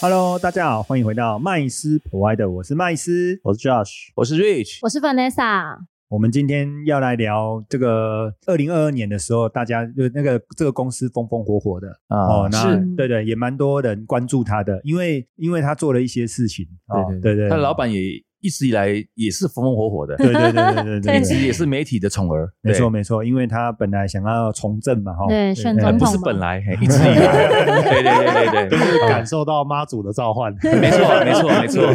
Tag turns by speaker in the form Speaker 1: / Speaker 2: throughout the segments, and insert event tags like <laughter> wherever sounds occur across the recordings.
Speaker 1: Hello，大家好，欢迎回到麦斯 Provider，我是麦斯，我是 Josh。
Speaker 2: 我是 Rich，
Speaker 3: 我是 Vanessa，
Speaker 1: 我们今天要来聊这个二零二二年的时候，大家呃就那个这个公司风风火火的
Speaker 2: 啊
Speaker 1: 哦，那
Speaker 3: 是
Speaker 1: 对对，也蛮多人关注他的，因为因为他做了一些事情，哦
Speaker 2: 对
Speaker 1: 对对，
Speaker 2: 他的老板也一直以来也是风风火火的，
Speaker 1: 对对对对对
Speaker 3: <laughs>
Speaker 1: 对
Speaker 2: 一直
Speaker 1: 对，
Speaker 2: 也是媒体的宠儿，
Speaker 1: 没
Speaker 2: 对
Speaker 1: 错，没错，因为他本来想要从政嘛哈，
Speaker 3: 对选
Speaker 2: 呃
Speaker 3: 总
Speaker 2: 不
Speaker 3: 统
Speaker 2: 是
Speaker 3: 嘛
Speaker 2: 本
Speaker 1: <laughs>
Speaker 2: 来，嘿一直以来，对对对对
Speaker 4: 就
Speaker 2: 对，
Speaker 4: 是感受到妈祖的召
Speaker 1: <laughs>
Speaker 4: 唤。
Speaker 2: 没错没错没错，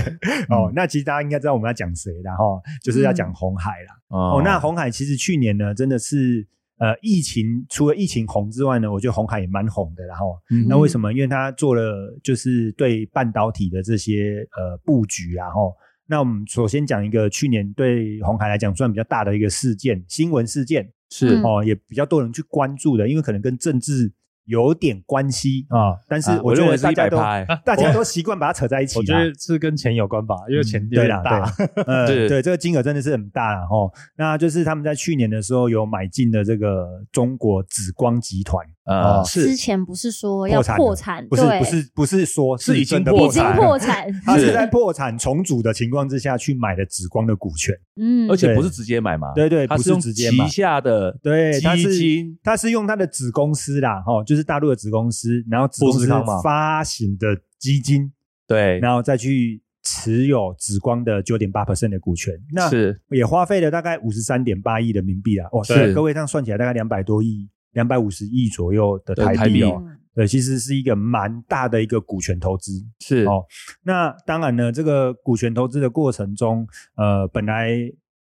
Speaker 1: 哦，那其实大家应该知道我们要讲谁啦哈，就是要讲红海啦。哦，那红海其实去年呢，真的是呃，疫情除了疫情红之外呢，我觉得红海也蛮红的啦齁。然后、
Speaker 2: 嗯
Speaker 1: 那为什么？因为它做了就是对半导体的这些呃布局啊，后那我们首先讲一个去年对红海来讲算比较大的一个事件，新闻事件
Speaker 2: 是啊
Speaker 3: 嗯
Speaker 1: 哦，也比较多人去关注的，因为可能跟政治有点关系啊、但是
Speaker 2: 啊
Speaker 1: 我
Speaker 2: 我
Speaker 1: 觉
Speaker 2: 认
Speaker 1: 得
Speaker 2: 为是
Speaker 1: 大
Speaker 2: 一
Speaker 1: 家
Speaker 2: 百
Speaker 1: 都、啊
Speaker 2: 趴，欸
Speaker 1: 大家都习惯把它扯在一起啦。
Speaker 4: 我觉得是跟钱有关吧，因为钱有
Speaker 1: 嗯对
Speaker 4: 点
Speaker 1: 啦， <laughs>
Speaker 4: 大。
Speaker 1: 对，呃，
Speaker 2: 是
Speaker 1: 对，这个金额真的是很大了哈。那就是他们在去年的时候有买进了这个中国紫光集团，
Speaker 2: 啊
Speaker 1: 哦
Speaker 3: 之
Speaker 2: 是
Speaker 3: 前不是说要
Speaker 1: 破
Speaker 3: 破产，
Speaker 1: 不是
Speaker 3: 对，
Speaker 1: 不是不是说
Speaker 2: 是已经
Speaker 1: 真的
Speaker 3: 已
Speaker 1: 破
Speaker 3: 经
Speaker 1: 产
Speaker 3: 破
Speaker 1: 了，
Speaker 3: 产，
Speaker 1: <laughs> 他
Speaker 2: 是
Speaker 1: 是在破产重组的情况之下去买的紫光的股权，
Speaker 3: 嗯，
Speaker 2: 而且
Speaker 1: 对
Speaker 2: 不是直接买嘛，
Speaker 1: 对对，
Speaker 2: 啊他
Speaker 1: 不
Speaker 2: 是用
Speaker 1: 直接买
Speaker 2: 旗。下的
Speaker 1: 对，他
Speaker 2: 基
Speaker 1: 是
Speaker 2: 金
Speaker 1: 他是用他的子公司啦，哈，就是大陆的子公司，然后子公
Speaker 4: 富
Speaker 1: 司
Speaker 4: 士康嘛
Speaker 1: 发行的基金，
Speaker 2: 对
Speaker 1: 然后再去持有紫光的九点八 percent 的股权。那
Speaker 2: 是
Speaker 1: 也花费了大概五十三点八亿人民币啊，哇，
Speaker 2: 是
Speaker 1: 对，各位这样算起来大概两百多亿，两百五十亿左右的台币哦，对，其实是一个蛮大的一个股权投资。
Speaker 2: 是
Speaker 1: 哦那当然呢，这个股权投资的过程中，呃，本来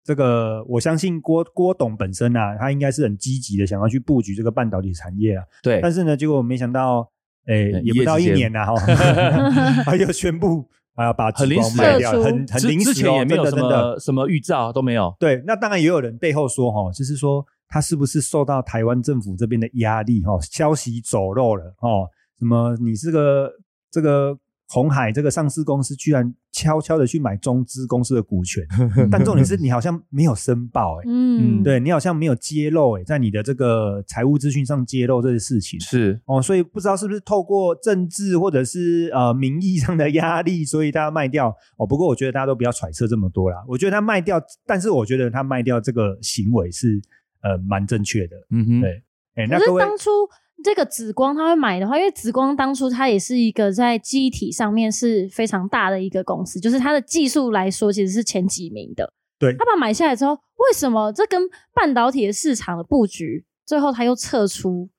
Speaker 1: 这个我相信郭郭董本身啊，他应该是很积极的想要去布局这个半导体产业啊，
Speaker 2: 对
Speaker 1: 但是呢，结果没想到，诶，
Speaker 2: 嗯
Speaker 1: 也不到一年
Speaker 2: <laughs>
Speaker 1: 啊，哈， <laughs> 他又宣布啊，要把
Speaker 2: 很
Speaker 1: 紫
Speaker 2: 临
Speaker 1: 光
Speaker 2: 时
Speaker 1: 卖掉，
Speaker 3: 撤出
Speaker 1: 很很
Speaker 2: 之
Speaker 1: 临时、哦、
Speaker 2: 之前也没有
Speaker 1: 真
Speaker 2: 什
Speaker 1: 的真的
Speaker 2: 么什么预兆都没有，
Speaker 1: 对，那当然也有人背后说哈、哦，就是说他是不是受到台湾政府这边的压力哈、哦，消息走漏了哦，什么你这个这个红海这个上市公司居然悄悄的去买中资公司的股权，但重点是你好像没有申报哎、
Speaker 3: 嗯，
Speaker 1: 嗯，，对你好像没有揭露哎、在你的这个财务资讯上揭露这些事情。
Speaker 2: 是
Speaker 1: 哦，所以不知道是不是透过政治或者是呃名义上的压力，所以大家卖掉哦。不过我觉得大家都不要揣测这么多啦。我觉得他卖掉，但是我觉得他卖掉这个行为是呃蛮正确的。
Speaker 2: 嗯哼
Speaker 1: 对哎，那
Speaker 3: 可
Speaker 1: 各
Speaker 3: 是
Speaker 1: 位
Speaker 3: 当初这个紫光他会买的话，因为紫光当初它也是一个在机体上面是非常大的一个公司，就是它的技术来说其实是前几名的。
Speaker 1: 对
Speaker 3: 他把它买下来之后，为什么这跟半导体的市场的布局，最后他又撤出？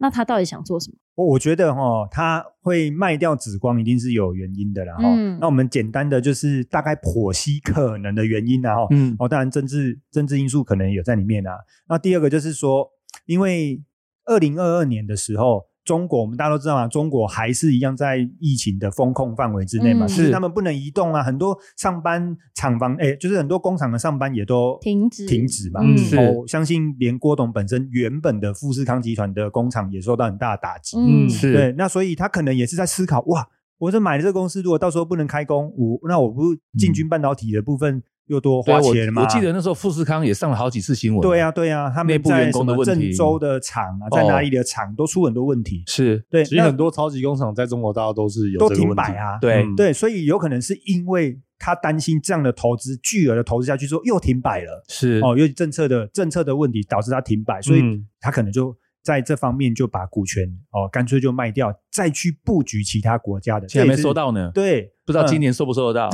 Speaker 3: 那他到底想做什么？
Speaker 1: 我我觉得哈、他会卖掉紫光一定是有原因的啦哈、
Speaker 3: 嗯
Speaker 1: 那我们简单的就是大概剖析可能的原因啦哈、
Speaker 2: 嗯
Speaker 1: 哦，当然政治政治因素可能有在里面啊。那第二个就是说，因为二零二二年的时候，中国我们大家都知道嘛，中国还是一样在疫情的风控范围之内嘛，
Speaker 3: 嗯
Speaker 1: 就是他们不能移动啊，很多上班厂房，哎，就是很多工厂的上班也都
Speaker 3: 停止
Speaker 1: 停止嘛。
Speaker 3: 嗯
Speaker 2: 是
Speaker 1: 哦，我相信连郭董本身原本的富士康集团的工厂也受到很大的打击。
Speaker 3: 嗯，
Speaker 2: 是
Speaker 1: 对，那所以他可能也是在思考，哇，我这买了这个公司，如果到时候不能开工，我那我不进军半导体的部分又多
Speaker 2: 嗯对啊
Speaker 1: 花钱了吗？
Speaker 2: 我我记得那时候富士康也上了好几次新闻，
Speaker 1: 对啊，对啊，他
Speaker 2: 内
Speaker 1: 们
Speaker 2: 部
Speaker 1: 在
Speaker 2: 员
Speaker 1: 什
Speaker 2: 工的
Speaker 1: 么
Speaker 2: 问
Speaker 1: 郑
Speaker 2: 题哦
Speaker 1: 州的厂啊，在哪里的厂都出很多问题。
Speaker 2: 是
Speaker 1: 对，
Speaker 4: 其实
Speaker 1: 那
Speaker 4: 很多超级工厂在中国大陆都是有
Speaker 1: 都
Speaker 4: 这个
Speaker 1: 停
Speaker 4: 问题
Speaker 1: 摆。啊。
Speaker 2: 对
Speaker 4: 嗯
Speaker 1: 对，所以有可能是因为他担心这样的投资巨额的投资下去之后又停摆了，
Speaker 2: 是
Speaker 1: 哦，因为政策的政策的问题导致他停摆，所以
Speaker 4: 嗯
Speaker 1: 他可能就在这方面就把股权哦干脆就卖掉，再去布局其他国家的。
Speaker 2: 现在
Speaker 1: 这
Speaker 2: 没
Speaker 1: 也是
Speaker 2: 收到呢，
Speaker 1: 对，嗯
Speaker 2: 不知道今
Speaker 1: 年、
Speaker 2: 年收不收
Speaker 1: <laughs>
Speaker 2: 得到。哦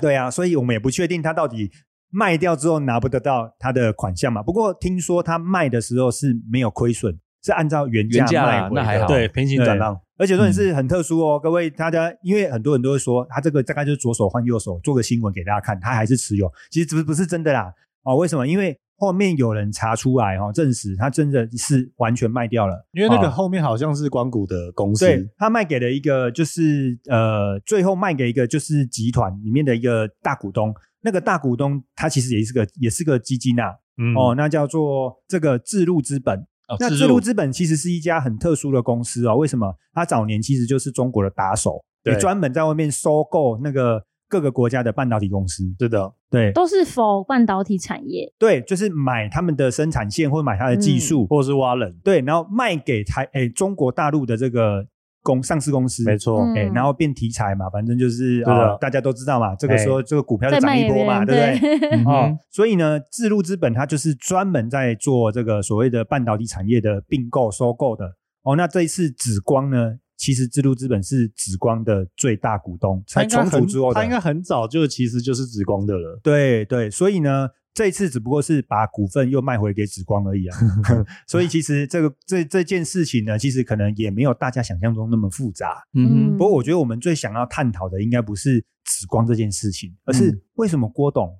Speaker 1: 对啊，所以我们也不确定他到底卖掉之后拿不得到他的款项嘛。不过听说他卖的时候是没有亏损，是按照原价
Speaker 2: 原价
Speaker 1: 卖
Speaker 2: 啦
Speaker 1: 回
Speaker 2: 那
Speaker 1: 的
Speaker 2: 还好
Speaker 4: 对，平行转让，
Speaker 1: 而且重点是很特殊哦，各位大家，因为很多人都会说他这个大概就是左手换右手，做个新闻给大家看，他还是持有，其实不是不是真的啦。哦，为什么？因为后面有人查出来哦，证实他真的是完全卖掉了。
Speaker 4: 因为那个
Speaker 1: 哦
Speaker 4: 后面好像是光谷的公司，
Speaker 1: 对他卖给了一个就是呃，最后卖给一个就是集团里面的一个大股东。那个大股东他其实也是个也是个基金啊，
Speaker 4: 嗯
Speaker 1: 哦，那叫做这个自入资本。
Speaker 2: 哦
Speaker 1: 那自入资本其实是一家很特殊的公司哦，为什么？它早年其实就是中国的打手，
Speaker 4: 对
Speaker 1: 也专门在外面收购那个各个国家的半导体公司。
Speaker 4: 是的，
Speaker 1: 对
Speaker 3: 都是否半导体产业，
Speaker 1: 对，就是买他们的生产线或者买它的技术，
Speaker 4: 或是挖人，
Speaker 1: 对，然后卖给台诶中国大陆的这个公上市公司。
Speaker 4: 没错，
Speaker 3: 嗯
Speaker 1: 哎、然后变题材嘛，反正就是
Speaker 4: 对的哎
Speaker 1: 啊、大家都知道嘛，这个时候这个股票就
Speaker 3: 在
Speaker 1: 涨
Speaker 3: 卖
Speaker 1: 一
Speaker 3: 给
Speaker 1: 波
Speaker 3: 别
Speaker 1: 嘛，
Speaker 3: 人，
Speaker 1: 对不对？ <laughs>
Speaker 3: <laughs> 对，
Speaker 2: 嗯
Speaker 1: 哦
Speaker 2: 哼，
Speaker 1: 所以呢，自入资本它就是专门在做这个所谓的半导体产业的并购、收购的。哦，那这一次紫光呢，其实自入资本是紫光的最大股东，
Speaker 4: 他
Speaker 1: 才
Speaker 4: 应该
Speaker 1: 重
Speaker 4: 很
Speaker 1: 组之后的
Speaker 4: 他应该很早就其实就是紫光的了，
Speaker 1: 对对，所以呢，这一次只不过是把股份又卖回给紫光而已啊。
Speaker 4: <laughs>
Speaker 1: 所以其实这个这这件事情呢，其实可能也没有大家想象中那么复杂。
Speaker 2: 嗯
Speaker 1: 不过我觉得我们最想要探讨的，应该不是紫光这件事情，而
Speaker 2: 嗯
Speaker 1: 是为什么郭董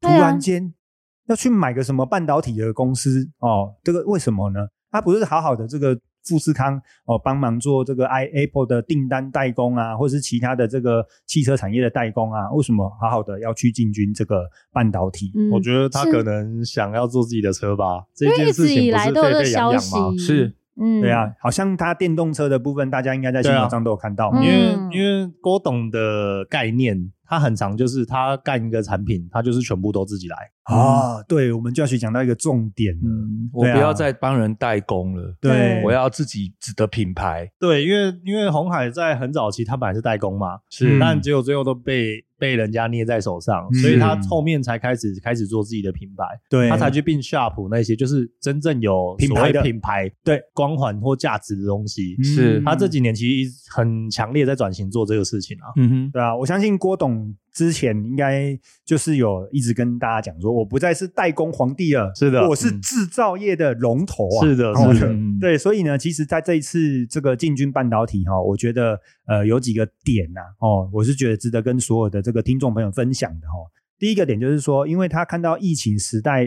Speaker 1: 突
Speaker 3: 对啊
Speaker 1: 然间要去买个什么半导体的公司哦？这个为什么呢？他不是好好的这个富士康哦，帮忙做这个 i Apple 的订单代工啊，或者是其他的这个汽车产业的代工啊，为什么好好的要去进军这个半导体？
Speaker 3: 嗯
Speaker 4: 我觉得他
Speaker 3: 是
Speaker 4: 可能想要做自己的车吧，这
Speaker 3: 因为
Speaker 4: 件
Speaker 3: 一
Speaker 4: 事
Speaker 3: 直
Speaker 4: 情
Speaker 3: 以
Speaker 4: 不
Speaker 3: 来
Speaker 4: 是
Speaker 3: 都有
Speaker 4: 沸
Speaker 3: 这个
Speaker 4: 沸扬
Speaker 3: 消
Speaker 4: 扬吗？
Speaker 3: 息，
Speaker 2: 是，
Speaker 3: 嗯，
Speaker 1: 对啊，，好像它电动车的部分，大家应该在新闻上都有看到嘛。
Speaker 4: 因
Speaker 3: 对啊
Speaker 4: 为、
Speaker 3: 嗯
Speaker 4: 因为郭董的概念，他很常就是他干一个产品，他就是全部都自己来，
Speaker 1: 啊、对，我们就要去讲到一个重点了。
Speaker 2: 嗯，我
Speaker 1: 对啊
Speaker 2: 不要再帮人代工了，
Speaker 1: 对，
Speaker 2: 我要自己的品牌，
Speaker 4: 对，因为因为红海在很早期他本来是代工嘛，
Speaker 1: 是
Speaker 4: 但结果最后都被被人家捏在手上，
Speaker 1: 嗯
Speaker 4: 所以他后面才开始开始做自己的品牌，
Speaker 1: 对，
Speaker 4: 他才去并 shop 那些就是真正有
Speaker 1: 品
Speaker 4: 所
Speaker 1: 牌
Speaker 4: 谓
Speaker 1: 的嗯
Speaker 4: 品牌
Speaker 1: 对
Speaker 4: 光环或价值的东西。
Speaker 2: 是
Speaker 4: 他这几年其实一直很强烈在转型做这个事情啊，
Speaker 2: 嗯
Speaker 1: 对啊，我相信郭董之前应该就是有一直跟大家讲说，我不再是代工皇帝了，
Speaker 4: 是的
Speaker 1: 我是
Speaker 4: 嗯
Speaker 1: 制造业的龙头啊。
Speaker 4: 是的
Speaker 1: 哦
Speaker 4: 是的
Speaker 2: 嗯
Speaker 1: <laughs> 对，所以呢，其实在这一次这个进军半导体哈、我觉得呃有几个点呐、哦，我是觉得值得跟所有的这个听众朋友分享的哦。第一个点就是说，因为他看到疫情时代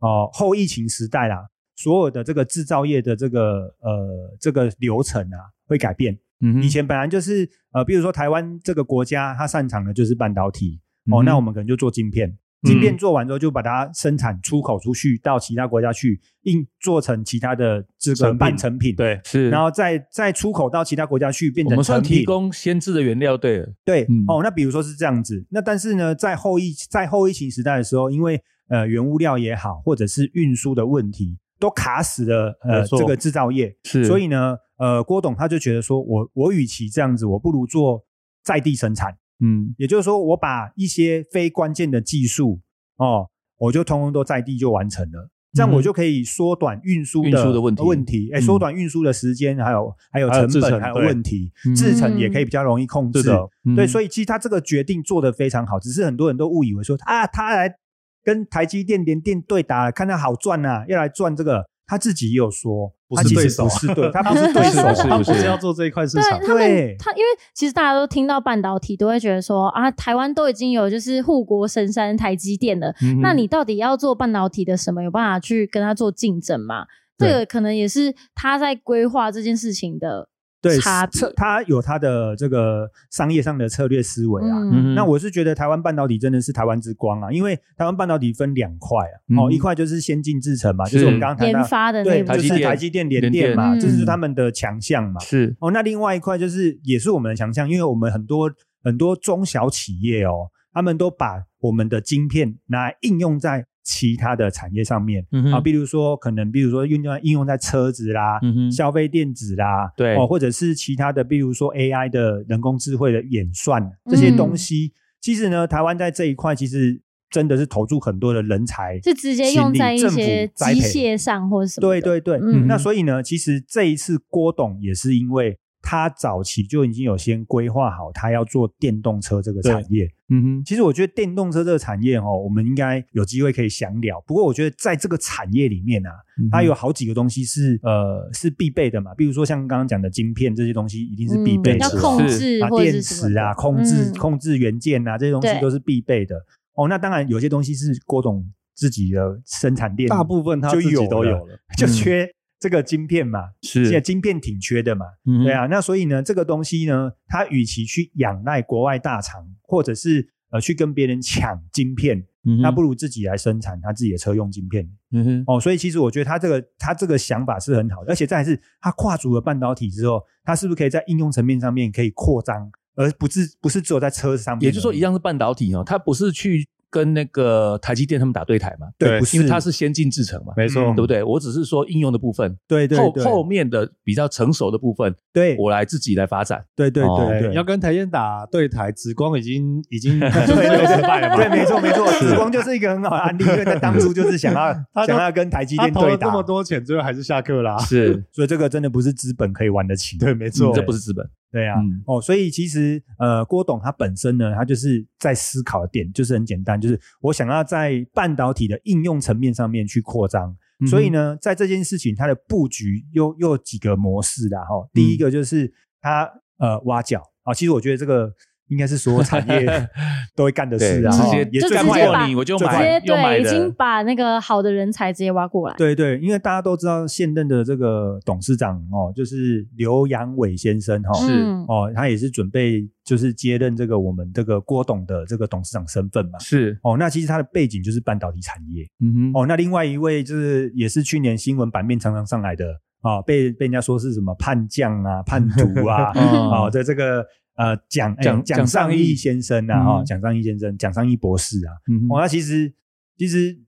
Speaker 1: 哦、后疫情时代啦，所有的这个制造业的这个呃这个流程啊会改变，
Speaker 2: 嗯哼
Speaker 1: 以前本来就是呃，比如说台湾这个国家，它擅长的就是半导体
Speaker 2: 嗯
Speaker 1: 哦，
Speaker 2: 哼嗯
Speaker 1: 那我们可能就做晶片，晶片做完之后就把它生产出口出去到其他国家去，应做成其他的这
Speaker 4: 成
Speaker 1: 个
Speaker 4: 品
Speaker 1: 半成品，，
Speaker 4: 对，
Speaker 2: 是，
Speaker 1: 然后再再出口到其他国家去变
Speaker 2: 我
Speaker 1: 成
Speaker 2: 们算
Speaker 1: 成品
Speaker 2: 提。供先制的原料，对了，
Speaker 1: 对
Speaker 2: 嗯，
Speaker 1: 哦，那比如说是这样子，那但是呢，在后疫在后疫情时代的时候，因为呃原物料也好，或者是运输的问题，都卡死了呃
Speaker 4: 没错
Speaker 1: 这个制造业，
Speaker 2: 是，
Speaker 1: 所以呢，呃，郭董他就觉得说我，我与其这样子，我不如做在地生产，
Speaker 2: 嗯，
Speaker 1: 也就是说，我把一些非关键的技术哦，我就通通都在地就完成了。这样
Speaker 2: 嗯
Speaker 1: 我就可以缩短运输
Speaker 2: 运输的问题
Speaker 1: 问题，哎，
Speaker 2: 嗯
Speaker 1: 缩短运输的时间，还有还有
Speaker 4: 还有
Speaker 1: 成
Speaker 4: 制
Speaker 1: 本，
Speaker 4: 程
Speaker 1: 还有
Speaker 4: 对
Speaker 1: 问题
Speaker 2: 嗯，
Speaker 1: 制程也可以比较容易控制
Speaker 4: 是。的，
Speaker 1: 对，
Speaker 2: 以
Speaker 1: 所以其实他这个决定做得非常好，只是很多人都误以为说啊，他来跟台积电联电对打了，看他好赚啊，要来赚这个。他自己也有说，
Speaker 4: 不
Speaker 1: 他
Speaker 4: 是
Speaker 1: 其
Speaker 4: 对
Speaker 1: 实
Speaker 4: 手
Speaker 1: 不是
Speaker 2: <laughs>
Speaker 1: 对，他不是对
Speaker 4: 对
Speaker 1: 手
Speaker 4: 手，
Speaker 2: 不是
Speaker 4: 他不
Speaker 2: 不是
Speaker 4: 是要做这一块市场，
Speaker 3: 对他们
Speaker 1: 啊对，
Speaker 3: 他因为其实大家都听到半导体，都会觉得说啊，台湾都已经有就是护国神山台积电了，
Speaker 1: 嗯
Speaker 3: 那你到底要做半导体的什么？有办法去跟他做竞争吗？这
Speaker 1: 对
Speaker 3: 个可能也是他在规划这件事情的
Speaker 1: 对
Speaker 3: 差别
Speaker 1: 策，他有他的这个商业上的策略思维啊。
Speaker 3: 嗯
Speaker 1: 那我是觉得台湾半导体真的是台湾之光啊，因为台湾半导体分两块啊，哦，
Speaker 2: 嗯
Speaker 1: 一块就是先进制程嘛，就是是我们刚刚谈
Speaker 3: 研
Speaker 1: 到，
Speaker 3: 发的那
Speaker 1: 对，
Speaker 3: 部
Speaker 1: 就
Speaker 2: 台积
Speaker 1: 是
Speaker 2: 电
Speaker 1: 台积电、联
Speaker 2: 联电
Speaker 1: 电嘛，
Speaker 3: 嗯
Speaker 1: 这是他们的强项嘛。
Speaker 2: 是
Speaker 1: 哦，那另外一块就是也是我们的强项，因为我们很多很多中小企业哦，他们都把我们的晶片拿来应用在其他的产业上面、
Speaker 2: 嗯哼
Speaker 1: 啊，比如说可能比如说运用在应用在车子啦。
Speaker 2: 嗯哼
Speaker 1: 消费电子啦，
Speaker 2: 对
Speaker 1: 哦，或者是其他的，比如说 AI 的人工智慧的演算这
Speaker 3: 嗯
Speaker 1: 些东西，其实呢，台湾在这一块其实真的是投注很多的人才，
Speaker 3: 是直接用在一
Speaker 1: 心理
Speaker 3: 些机
Speaker 1: 政府栽
Speaker 3: 械上或者什么
Speaker 1: 对
Speaker 3: 的。
Speaker 1: 对对，
Speaker 3: 嗯
Speaker 1: 那所以呢，其实这一次郭董也是因为他早期就已经有先规划好，他要做电动车这个产业。
Speaker 2: 嗯哼
Speaker 1: 其实我觉得电动车这个产业哦，我们应该有机会可以详聊。不过我觉得在这个产业里面啊，它
Speaker 3: 嗯
Speaker 1: 有好几个东西是呃是必备的嘛，比如说像刚刚讲的晶片这些东西一定是必备的，
Speaker 3: 嗯、要
Speaker 2: 是
Speaker 3: 控制
Speaker 1: 啊，
Speaker 3: 或者
Speaker 1: 电
Speaker 3: 是什么
Speaker 1: 池
Speaker 3: 的
Speaker 1: 啊，控制、
Speaker 3: 嗯
Speaker 1: 控制元件啊，这些东西
Speaker 3: 对
Speaker 1: 都是必备的。哦，那当然有些东西是郭董自己的生产链，
Speaker 4: 大部分他
Speaker 1: 就
Speaker 4: 自己
Speaker 1: 有
Speaker 4: 都
Speaker 1: 了
Speaker 4: 有了。
Speaker 1: <laughs>
Speaker 4: 嗯
Speaker 1: 就缺这个晶片嘛，
Speaker 2: 是
Speaker 1: 现在晶片挺缺的嘛，
Speaker 2: 嗯
Speaker 1: 对，啊，那所以呢，这个东西呢，它与其去仰赖国外大厂，或者是呃去跟别人抢晶片，
Speaker 2: 嗯
Speaker 1: 那不如自己来生产它自己的车用晶片
Speaker 2: 嗯哼，
Speaker 1: 哦。所以其实我觉得它这个它这个想法是很好的，而且再来是它跨足了半导体之后，它是不是可以在应用层面上面可以扩张，而不是不是只有在车上面而已，
Speaker 2: 也就是说一样是半导体哦，它不是去跟那个台积电他们打对台嘛，
Speaker 1: 对，
Speaker 4: 对
Speaker 1: 不是
Speaker 2: 因为它是先进制程嘛，
Speaker 4: 没错
Speaker 1: 嗯
Speaker 2: 对不对？我只是说应用的部分，
Speaker 1: 对对
Speaker 2: 后
Speaker 1: 对
Speaker 2: 后面的比较成熟的部分，
Speaker 1: 对
Speaker 2: 我来自己来发展。
Speaker 1: 对对
Speaker 2: 哦
Speaker 1: 对对，
Speaker 4: 要跟台积打对台，紫光已经已 <laughs> 经失败了嘛？
Speaker 1: 对，没错没错，
Speaker 4: 是
Speaker 1: 紫光就是一个很好的案例，因为他当初就是想
Speaker 2: <laughs>
Speaker 1: 要
Speaker 4: 他都
Speaker 1: 想要跟台积
Speaker 4: 他
Speaker 1: 电
Speaker 4: 投
Speaker 1: 对
Speaker 4: 了这
Speaker 1: 打
Speaker 4: 么，多钱，最后还是下课
Speaker 1: <laughs> 啊
Speaker 4: 啦。
Speaker 2: 是，
Speaker 1: 所以这个真的不是资本可以玩得起。
Speaker 4: 对，没
Speaker 2: 嗯
Speaker 4: 错，
Speaker 2: 这不是资本。
Speaker 1: 对啊，
Speaker 2: 嗯
Speaker 1: 哦，所以其实呃，郭董他本身呢，他就是在思考的点就是很简单，就是我想要在半导体的应用层面上面去扩张。
Speaker 2: 嗯哼
Speaker 1: 所以呢，在这件事情它的布局又又有几个模式啦，哈、第一
Speaker 2: 嗯
Speaker 1: 个就是它呃挖角啊、其实我觉得这个应该是所有产业
Speaker 2: <laughs>
Speaker 1: 都会干的事啊，
Speaker 2: 对
Speaker 1: 齁
Speaker 2: 直接
Speaker 1: 也
Speaker 3: 就
Speaker 1: 最
Speaker 3: 直
Speaker 1: 快
Speaker 3: 接
Speaker 1: 的
Speaker 3: 把
Speaker 2: 你我就
Speaker 1: 最
Speaker 3: 直
Speaker 1: 快
Speaker 2: 买
Speaker 3: 接
Speaker 2: 又买
Speaker 3: 对，已经
Speaker 2: 的。
Speaker 3: 把那个好的人才直接挖过来。
Speaker 1: 对对，因为大家都知道现任的这个董事长哦，就是刘阳伟先生哈、哦，
Speaker 2: 是
Speaker 3: 嗯
Speaker 1: 哦，他也是准备就是接任这个我们这个郭董的这个董事长身份嘛。
Speaker 2: 是，
Speaker 1: 哦，那其实他的背景就是半导体产业。
Speaker 2: 嗯哼，，
Speaker 1: 哦，那另外一位就是也是去年新闻版面常常上来的啊、哦，被被人家说是什么叛将啊、叛徒啊
Speaker 2: <laughs>
Speaker 1: 哦，
Speaker 2: 哦，
Speaker 1: 在这个呃蒋哎
Speaker 2: 蒋
Speaker 1: 蒋
Speaker 2: 蒋
Speaker 1: 尚
Speaker 2: 尚
Speaker 1: 义
Speaker 2: 义
Speaker 1: 先生啊，
Speaker 2: 嗯
Speaker 1: 哦，蒋尚义先生、蒋尚义博士啊，
Speaker 2: 嗯
Speaker 1: 哦，
Speaker 2: 哼
Speaker 1: 那其实其实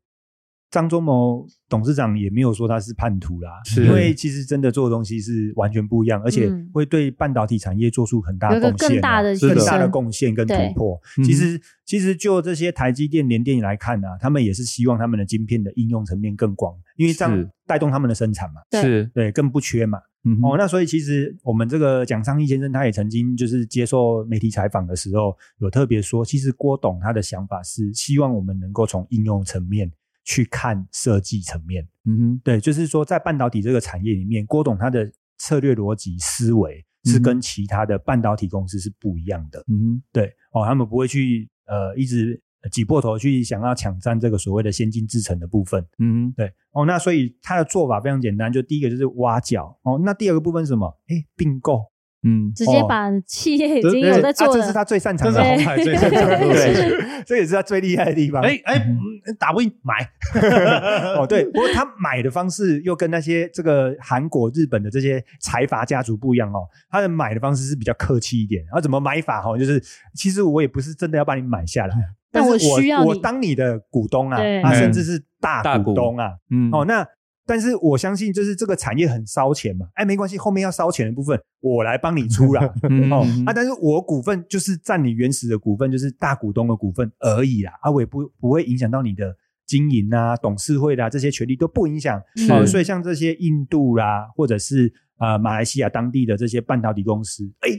Speaker 1: 张忠谋董事长也没有说他是叛徒啦，
Speaker 2: 是
Speaker 1: 因为其实真的做的东西是完全不一样，而且
Speaker 3: 嗯
Speaker 1: 会对半导体产业做出很大的
Speaker 3: 有一
Speaker 1: 贡
Speaker 3: 个
Speaker 1: 献、啊
Speaker 3: 更大的
Speaker 1: 是
Speaker 3: 提
Speaker 1: 更大的
Speaker 3: 升
Speaker 1: 贡献跟突
Speaker 3: 对
Speaker 1: 破。
Speaker 2: 嗯
Speaker 1: 其实其实就这些台积电、联电来看啊，他们也是希望他们的晶片的应用层面更广，因为这样
Speaker 2: 是
Speaker 1: 带动他们的生产嘛，
Speaker 3: 对
Speaker 2: 是，
Speaker 1: 对，更不缺嘛。
Speaker 2: 嗯哼
Speaker 1: 哦，那所以其实我们这个蒋尚义先生，他也曾经就是接受媒体采访的时候，有特别说，其实郭董他的想法是希望我们能够从应用层面去看设计层面。
Speaker 2: 嗯哼，
Speaker 1: 对，就是说在半导体这个产业里面，郭董他的策略逻辑思维是
Speaker 2: 嗯
Speaker 1: 跟其他的半导体公司是不一样的。
Speaker 2: 嗯哼。
Speaker 1: 对，哦，他们不会去呃一直挤破头去想要抢占这个所谓的先进制程的部分。
Speaker 2: 嗯
Speaker 1: 对哦，那所以他的做法非常简单，就第一个就是挖角哦，那第二个部分是什么？哎，并购，
Speaker 2: 嗯，
Speaker 3: 直接把企业已
Speaker 1: 这
Speaker 3: 经有
Speaker 1: 哦
Speaker 3: 在
Speaker 1: 啊
Speaker 3: 做
Speaker 1: 这是
Speaker 3: 了，
Speaker 1: 他最擅
Speaker 4: 这
Speaker 1: 长
Speaker 4: 是
Speaker 1: 的，
Speaker 4: 红海最 <laughs> 擅长的事。
Speaker 1: 对，这也是他最厉害的地方。
Speaker 4: 哎哎，嗯打不赢买，
Speaker 1: 哦，对，不过他买的方式又跟那些这个韩国、日本的这些财阀家族不一样哦，他的买的方式是比较客气一点。然后怎么买法哈、哦，就是其实我也不是真的要把你买下
Speaker 4: 嗯
Speaker 1: 来，
Speaker 3: 但
Speaker 1: 是
Speaker 3: 我
Speaker 1: 我
Speaker 3: 需要
Speaker 1: 我
Speaker 3: 你
Speaker 1: 当你的股东啊，
Speaker 3: 对
Speaker 1: 啊，
Speaker 2: 嗯
Speaker 1: 甚至是大
Speaker 2: 大
Speaker 1: 股
Speaker 2: 股
Speaker 1: 东啊，
Speaker 2: 嗯
Speaker 1: 哦，那但是我相信就是这个产业很烧钱嘛，哎，没关系，后面要烧钱的部分我来帮你出啦。
Speaker 2: <laughs> 嗯
Speaker 1: 哦
Speaker 2: 嗯，
Speaker 1: 啊，但是我股份就是占你原始的股份，就是大股东的股份而已啦，啊，我也不不会影响到你的经营啊、董事会啦、这些权利都不影响。
Speaker 2: 是
Speaker 1: 哦，
Speaker 3: 嗯
Speaker 1: 所以像这些印度啦，或者是呃马来西亚当地的这些半导体公司，哎，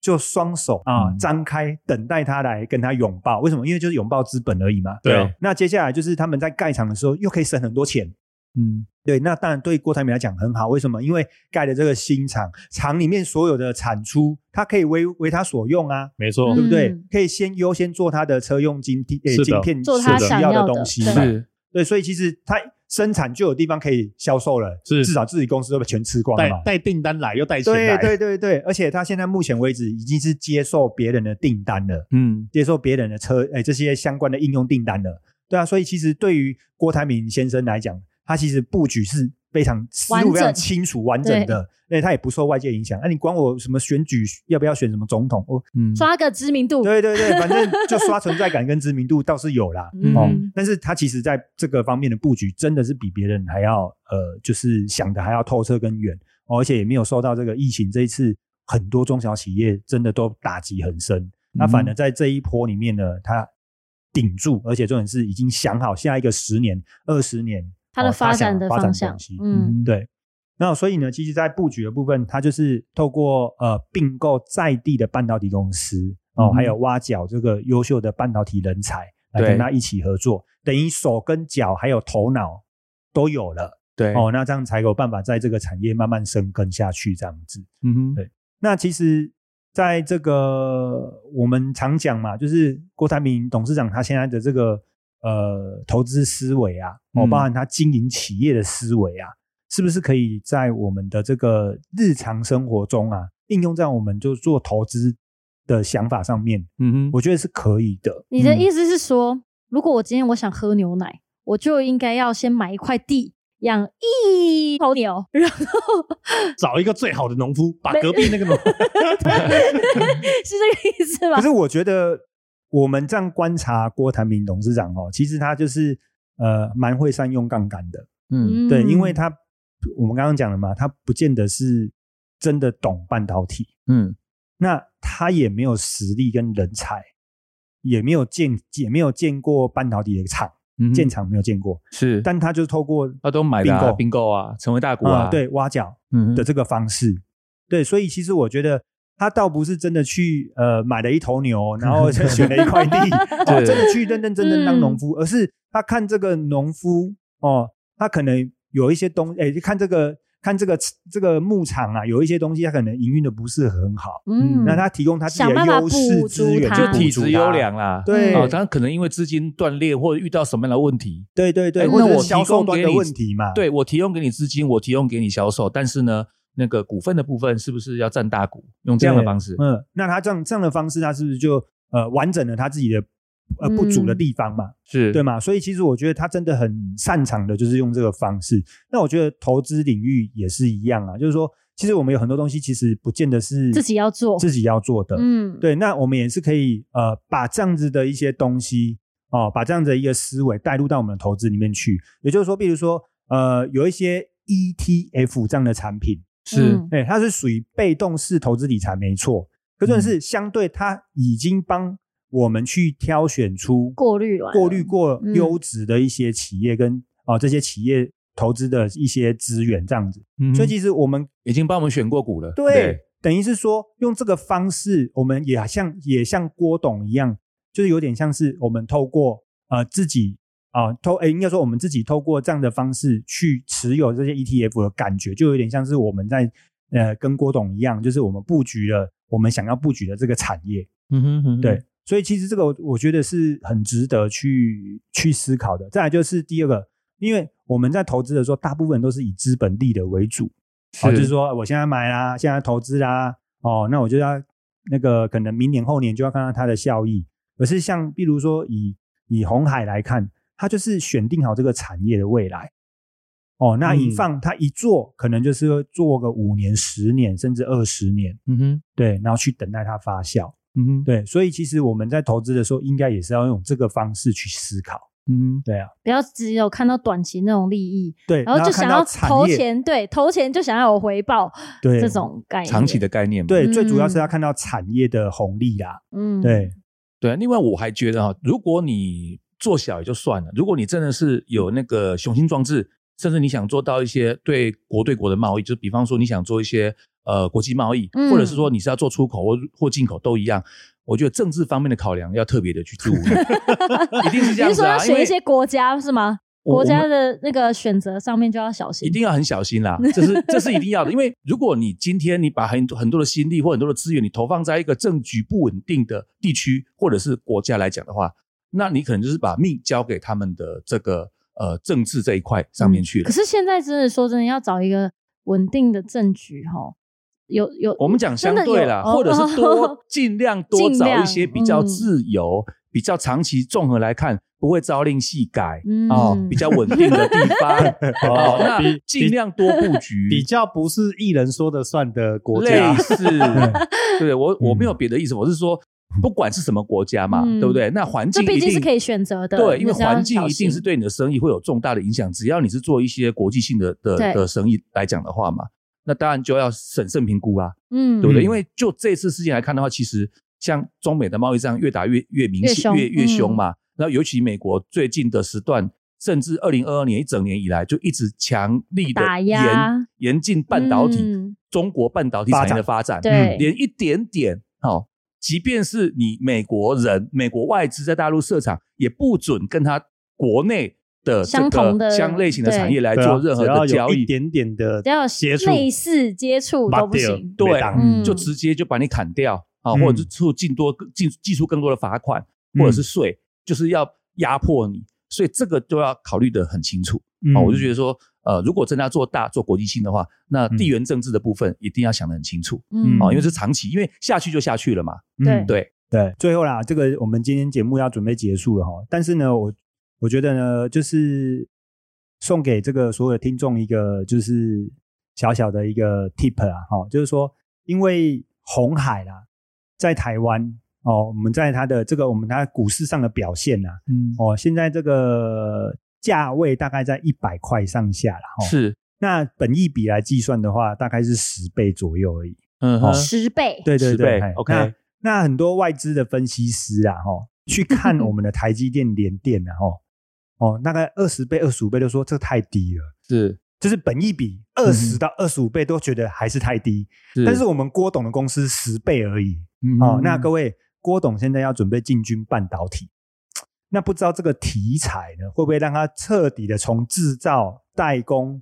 Speaker 1: 就双手啊、
Speaker 2: 嗯
Speaker 1: 张开，等待他来跟他拥抱。为什么？因为就是拥抱资本而已嘛。
Speaker 4: 对啊
Speaker 1: 那接下来就是他们在盖厂的时候又可以省很多钱。
Speaker 2: 嗯
Speaker 1: 对，那当然对郭台铭来讲很好。为什么？因为盖的这个新厂，厂里面所有的产出，它可以为为他所用啊，
Speaker 4: 没错
Speaker 1: 对不对
Speaker 3: 嗯？
Speaker 1: 可以先优先做它的车用晶片、
Speaker 4: 是
Speaker 1: 呃
Speaker 4: 的
Speaker 1: 晶片
Speaker 3: 做
Speaker 1: 所
Speaker 3: 它
Speaker 1: 需
Speaker 3: 想
Speaker 1: 要
Speaker 3: 要的
Speaker 1: 东西嘛。
Speaker 2: 是
Speaker 1: 对，所以其实它生产就有地方可以销售了，
Speaker 4: 是
Speaker 1: 至少自己公司都被全吃光了
Speaker 4: 带
Speaker 1: 嘛。
Speaker 4: 带订单来又带钱
Speaker 1: 对
Speaker 4: 来，
Speaker 1: 对对对，而且它现在目前为止已经是接受别人的订单了，
Speaker 2: 嗯
Speaker 1: 接受别人的车哎这些相关的应用订单了。对啊，所以其实对于郭台铭先生来讲，他其实布局是非常思
Speaker 3: 完
Speaker 1: 路
Speaker 3: 整
Speaker 1: 非常清楚完整的，而且他也不受外界影响。啊那、你管我什么选举要不要选什么总统哦？
Speaker 2: 嗯，
Speaker 3: 刷个知名度。
Speaker 1: 对对对，反正就刷存在感跟知名度倒是有啦。
Speaker 3: 嗯
Speaker 1: 哦，但是他其实在这个方面的布局真的是比别人还要呃，就是想的还要透彻跟远、哦，而且也没有受到这个疫情这一次很多中小企业真的都打击很深。那
Speaker 2: 嗯
Speaker 1: 反而在这一波里面呢，他顶住，而且重点是已经想好下一个十年、二十年
Speaker 3: 它的
Speaker 1: 哦
Speaker 3: 发
Speaker 1: 想
Speaker 3: 展的
Speaker 1: 发展
Speaker 3: 方
Speaker 1: 的
Speaker 3: 向
Speaker 1: 东西，
Speaker 3: 嗯，
Speaker 2: 对，
Speaker 1: 对，那所以呢，其实，在布局的部分，它就是透过呃并购在地的半导体公司哦，
Speaker 2: 嗯
Speaker 1: 还有挖角这个优秀的半导体人才来跟
Speaker 2: 对
Speaker 1: 他一起合作，等于手跟脚还有头脑都有了
Speaker 2: 对，
Speaker 1: 哦，那这样才有办法在这个产业慢慢生根下去，这样子。
Speaker 2: 嗯哼，
Speaker 1: 对那其实，在这个我们常讲嘛，就是郭台铭董事长他现在的这个呃投资思维啊，哦，
Speaker 2: 嗯
Speaker 1: 包含他经营企业的思维啊，是不是可以在我们的这个日常生活中啊，应用在我们就做投资的想法上面？
Speaker 2: 嗯哼，
Speaker 1: 我觉得是可以的。
Speaker 3: 你的
Speaker 2: 嗯
Speaker 3: 意思是说，如果我今天我想喝牛奶，我就应该要先买一块地养一头牛，然后
Speaker 4: 找一个最好的农夫，把隔壁那个农
Speaker 2: <laughs>
Speaker 4: 夫
Speaker 3: 是这个意思吗
Speaker 1: 可？是我觉得我们这样观察郭台铭董事长哦，其实他就是呃蛮会善用杠杆的，
Speaker 2: 嗯
Speaker 1: 对，因为他我们刚刚讲了嘛，他不见得是真的懂半导体，
Speaker 2: 嗯
Speaker 1: 那他也没有实力跟人才，也没有见也没有见过半导体的厂，
Speaker 2: 嗯哼，
Speaker 1: 建厂没有见过，
Speaker 2: 是，
Speaker 1: 但他就是透过
Speaker 2: 他都买的
Speaker 1: 并
Speaker 2: 啊
Speaker 1: 购
Speaker 2: 并购啊，成为大股
Speaker 1: 啊、
Speaker 2: 啊，
Speaker 1: 对挖角
Speaker 2: 嗯哼，
Speaker 1: 的这个方式，对，所以其实我觉得。他倒不是真的去呃买了一头牛，然
Speaker 2: <laughs>
Speaker 1: 后就选了一块地，哦
Speaker 2: 对
Speaker 1: 真的去认认真真当农
Speaker 3: 嗯
Speaker 1: 夫，而是他看这个农夫哦，他可能有一些东，哎，看这个看这个这个牧场啊，有一些东西他可能营运的不是很好，
Speaker 3: 嗯
Speaker 1: 那他提供他自己
Speaker 3: 想
Speaker 1: 的
Speaker 3: 办法
Speaker 1: 优势
Speaker 3: 补足
Speaker 1: 资源
Speaker 3: 它
Speaker 1: 去
Speaker 2: 就
Speaker 1: 补
Speaker 2: 体
Speaker 1: 足
Speaker 2: 质
Speaker 1: 它
Speaker 2: 优良啦，
Speaker 1: 啊对
Speaker 2: 哦，他可能因为资金断裂或者遇到什么样的问题，
Speaker 1: 对对对，
Speaker 2: 哎
Speaker 1: 或
Speaker 2: 那
Speaker 1: 者
Speaker 2: 我
Speaker 1: 是销
Speaker 2: 提
Speaker 1: 售
Speaker 2: 供
Speaker 1: 端
Speaker 2: 给
Speaker 1: 的
Speaker 2: 你
Speaker 1: 问题嘛，
Speaker 2: 对我提供给你资金，我提供给你销售，但是呢，那个股份的部分是不是要占大股？用这样的
Speaker 1: 对
Speaker 2: 方式，
Speaker 1: 嗯，那他这样这样的方式，他是不是就呃完整了他自己的呃不足的
Speaker 3: 嗯
Speaker 1: 地方嘛，
Speaker 2: 是
Speaker 1: 对吗？所以其实我觉得他真的很擅长的就是用这个方式。那我觉得投资领域也是一样啊，就是说，其实我们有很多东西其实不见得是
Speaker 3: 自己要做
Speaker 1: 自己要做的，
Speaker 3: 嗯，
Speaker 1: 对，那我们也是可以呃，把这样子的一些东西哦，把这样子的一个思维带入到我们的投资里面去。也就是说，比如说呃，有一些 ETF 这样的产品，
Speaker 2: 是
Speaker 3: 嗯，
Speaker 1: 哎，它是属于被动式投资理财，没错。可是
Speaker 2: 嗯
Speaker 1: 是相对它已经帮我们去挑选出
Speaker 3: 过滤完了
Speaker 1: 过滤过
Speaker 3: 嗯
Speaker 1: 优质的一些企业跟哦、这些企业投资的一些资源这样子。
Speaker 2: 嗯哼
Speaker 1: 所以其实我们
Speaker 2: 已经帮我们选过股了，
Speaker 1: 对，等于是说用这个方式，我们也像也像郭董一样，就是有点像是我们透过呃自己啊、呃透诶、应该说我们自己透过这样的方式去持有这些 ETF 的感觉，就有点像是我们在呃跟郭董一样，就是我们布局了我们想要布局的这个产业，
Speaker 2: 嗯哼嗯哼，
Speaker 1: 对。所以其实这个我我觉得是很值得去去思考的。再来就是第二个，因为我们在投资的时候，大部分都是以资本利得为主，啊，就是说我现在买啦，现在投资啦，哦，那我就要那个可能明年后年就要看到它的效益。可是像比如说以以红海来看，它就是选定好这个产业的未来。哦，那一
Speaker 4: 嗯
Speaker 1: 放、它一做，可能就是会做个五年、十年，甚至二十年，
Speaker 2: 嗯哼
Speaker 1: 对，然后去等待它发酵，
Speaker 2: 嗯哼，
Speaker 1: 对。所以其实我们在投资的时候，应该也是要用这个方式去思考，
Speaker 2: 嗯
Speaker 1: 对啊，
Speaker 3: 不要只有看到短期那种利益，
Speaker 1: 对。
Speaker 3: 然后就想
Speaker 1: 要
Speaker 3: 要
Speaker 1: 看
Speaker 3: 投
Speaker 1: 到产业，
Speaker 3: 钱，对，投钱就想要有回报
Speaker 1: 对
Speaker 3: 这，种概
Speaker 2: 哼，
Speaker 3: 念，
Speaker 2: 长期的概念嘛，
Speaker 1: 对，最主要是
Speaker 3: 嗯
Speaker 1: 要看到产业的红利啦，
Speaker 3: 嗯，
Speaker 1: 对，
Speaker 2: 对啊，另外我还觉得哈，如果你做小也就算了，如果你真的是有那个雄心壮志，甚至你想做到一些对国对国的贸易，就比方说你想做一些呃国际贸易，
Speaker 3: 嗯
Speaker 2: 或者是说你是要做出口或或进口都一样，我觉得政治方面的考量要特别的去
Speaker 3: <laughs>
Speaker 2: 注意，一定是这
Speaker 3: 你
Speaker 2: 样子
Speaker 3: 是说要
Speaker 2: 啊，因
Speaker 3: 选
Speaker 2: 为
Speaker 3: 一些国家是吗？
Speaker 2: 我
Speaker 3: 国
Speaker 2: 我
Speaker 3: 家
Speaker 2: 们
Speaker 3: 的那个选择上面就要小心，
Speaker 2: 一定要很小
Speaker 3: <laughs>
Speaker 2: 心啦，这是这是一定要的，因为如果你今天你把很多很多的心力或很多的资源，你投放在一个政局不稳定的地区或者是国家来讲的话，那你可能就是把命交给他们的这个呃政治这一块上面去了。
Speaker 3: 嗯可是现在真的说真的，要找一个稳定的政局哈，有有
Speaker 2: 我们讲相对啦，
Speaker 3: 真的有
Speaker 2: 或者
Speaker 3: <laughs>
Speaker 2: 是多、
Speaker 3: 哦
Speaker 2: 尽量多
Speaker 3: 尽
Speaker 2: 找
Speaker 3: 量
Speaker 2: 一些比较
Speaker 3: 嗯
Speaker 2: 自由、比较长期综合来看，不会朝令夕改。
Speaker 3: 嗯
Speaker 2: 哦，比较稳定的地
Speaker 3: <laughs>
Speaker 2: 方，哦，那
Speaker 4: 比
Speaker 2: 尽量多布局，
Speaker 4: 比较不是一人说的算的国家
Speaker 2: 类。似， <laughs> 嗯对我我没有别的意思，我是说，不管是什么国家嘛，
Speaker 3: 嗯
Speaker 2: 对不对？那环
Speaker 3: 这
Speaker 2: 境
Speaker 3: 毕
Speaker 2: 一
Speaker 3: 竟
Speaker 2: 定
Speaker 3: 是可以选择的，
Speaker 2: 对，因为
Speaker 3: 你只要
Speaker 2: 环境
Speaker 3: 小
Speaker 2: 一定是
Speaker 3: 心
Speaker 2: 对你的生意会有重大的影响。只要你是做一些国际性的的
Speaker 3: 对
Speaker 2: 的生意来讲的话嘛，那当然就要审慎评估啦、
Speaker 3: 嗯，
Speaker 2: 对不对？
Speaker 4: 嗯
Speaker 2: 因为就这次事件来看的话，其实像中美的贸易战越打越越明
Speaker 3: 越
Speaker 2: 显，
Speaker 3: 凶
Speaker 2: 越越
Speaker 3: 嗯
Speaker 2: 凶嘛。然后尤其美国最近的时段，甚至二零二二年一整年以来，就一直强力的嗯
Speaker 3: 打压
Speaker 2: 严严禁半导体、
Speaker 3: 嗯
Speaker 2: 中国半导体产业的发展，
Speaker 3: 对
Speaker 2: 连一点点哦。即便是你美国人、美国外资在大陆设厂，也不准跟他国内的这
Speaker 3: 相同
Speaker 2: 个
Speaker 3: 的
Speaker 2: 相类型的
Speaker 3: 对
Speaker 2: 产业来
Speaker 4: 对啊
Speaker 2: 做任何
Speaker 4: 只要
Speaker 2: 的
Speaker 4: 有
Speaker 2: 交
Speaker 4: 一
Speaker 2: 易，
Speaker 4: 点点的
Speaker 3: 只要
Speaker 4: 接触，
Speaker 3: 类似接触都不行，
Speaker 2: 对
Speaker 4: 没当
Speaker 3: 嗯
Speaker 2: 就直接就把你砍掉啊，
Speaker 1: 嗯
Speaker 2: 或者是出进多进寄出更多的罚款
Speaker 1: 嗯
Speaker 2: 或者是税，就是要压迫你，所以这个都要考虑的很清楚。啊、
Speaker 4: 嗯
Speaker 2: 我就觉得说，呃，如果真的要做大、做国际性的话，那
Speaker 4: 嗯
Speaker 2: 地缘政治的部分一定要想得很清楚
Speaker 3: 嗯
Speaker 2: 啊、因为是长期，因为下去就下去了嘛。
Speaker 1: 得
Speaker 3: 对
Speaker 2: 对，
Speaker 1: 对，最后啦，这个我们今天节目要准备结束了哈。但是呢，我我觉得呢，就是送给这个所有的听众一个就是小小的一个 tip 啊，哈，就是说，因为红海啦，在台湾哦，我们在它的这个我们它股市上的表现啊，
Speaker 2: 嗯，
Speaker 1: 哦，现在这个价位大概在一百块上下啦。哈。
Speaker 2: 是，
Speaker 1: 那本益比来计算的话，大概是十倍左右而已。
Speaker 2: 嗯
Speaker 1: 哦
Speaker 2: 哼，
Speaker 3: 十倍，
Speaker 1: 对对
Speaker 2: 十
Speaker 1: 对
Speaker 2: 倍
Speaker 1: 嘿
Speaker 2: ，OK，
Speaker 1: 那那很多外资的分析师啊，哈，去看
Speaker 2: 嗯
Speaker 1: 我们的台积电、联电啊，哈，哦，大概二十倍、二十五倍都说这太低了，
Speaker 2: 是，
Speaker 1: 就是本益比
Speaker 2: 嗯
Speaker 1: 二十到二十五倍都觉得还是太低。但是我们郭董的公司十倍而已，哦，那各
Speaker 2: 位
Speaker 1: 位，郭董现在要准备进军半导体，那不知道这个题材呢，会不会让他彻底的从制造代工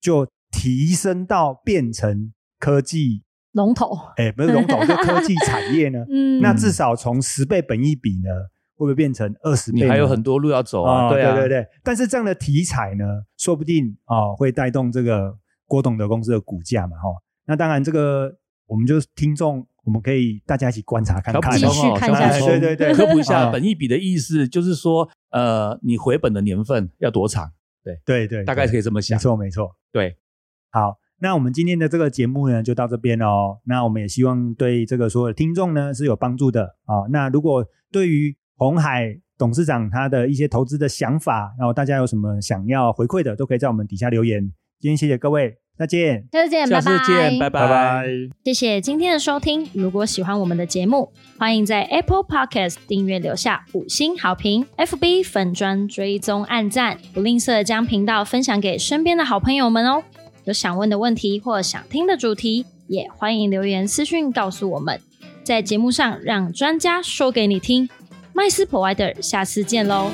Speaker 1: 就提升到变成科技？
Speaker 3: 龙头，
Speaker 1: 哎，不是龙董，就科技产业呢？
Speaker 3: 嗯，
Speaker 1: 那至少从十倍本益比呢，会不会变成二十倍
Speaker 2: 你
Speaker 1: 呢？
Speaker 2: 还有很多路要走啊，
Speaker 1: 哦
Speaker 2: 对啊，
Speaker 1: 对对对。但是这样的题材呢，说不定哦会带动这个郭董的公司的股价嘛，哈、那当然，这个我们就听众，我们可以大家一起观察看
Speaker 2: 小补
Speaker 1: 看。啊
Speaker 3: 继
Speaker 2: 充
Speaker 3: 续
Speaker 2: 哦
Speaker 3: 看
Speaker 2: 小补
Speaker 1: 下去
Speaker 2: 充
Speaker 1: 对对对
Speaker 2: 科
Speaker 1: <laughs>
Speaker 2: 普一下，
Speaker 1: 哦
Speaker 2: 本益比的意思就是说，呃，你回本的年份要多长，
Speaker 1: 对对，
Speaker 2: 大概可
Speaker 1: 以
Speaker 2: 以这么想
Speaker 1: 没。错没错。
Speaker 2: 对，
Speaker 1: 好，那我们今天的这个节目呢，就到这边哦。那我们也希望对这个所有的听众呢是有帮助的啊、那如果对于红海董事长他的一些投资的想法，然后大家有什么想要回馈的，都可以在我们底下留言。今天谢谢各位，再见。
Speaker 3: 下次见，
Speaker 2: 下次见，拜
Speaker 4: 拜拜。
Speaker 3: 谢谢今天的收听。如果喜欢我们的节目，欢迎在 Apple Podcast 订阅留下五星好评，FB 粉砖追踪按赞，不吝啬将频道分享给身边的好朋友们哦。有想问的问题或想听的主题，也欢迎留言私讯告诉我们，在节目上让专家说给你听。麦斯 Provider，下次见喽。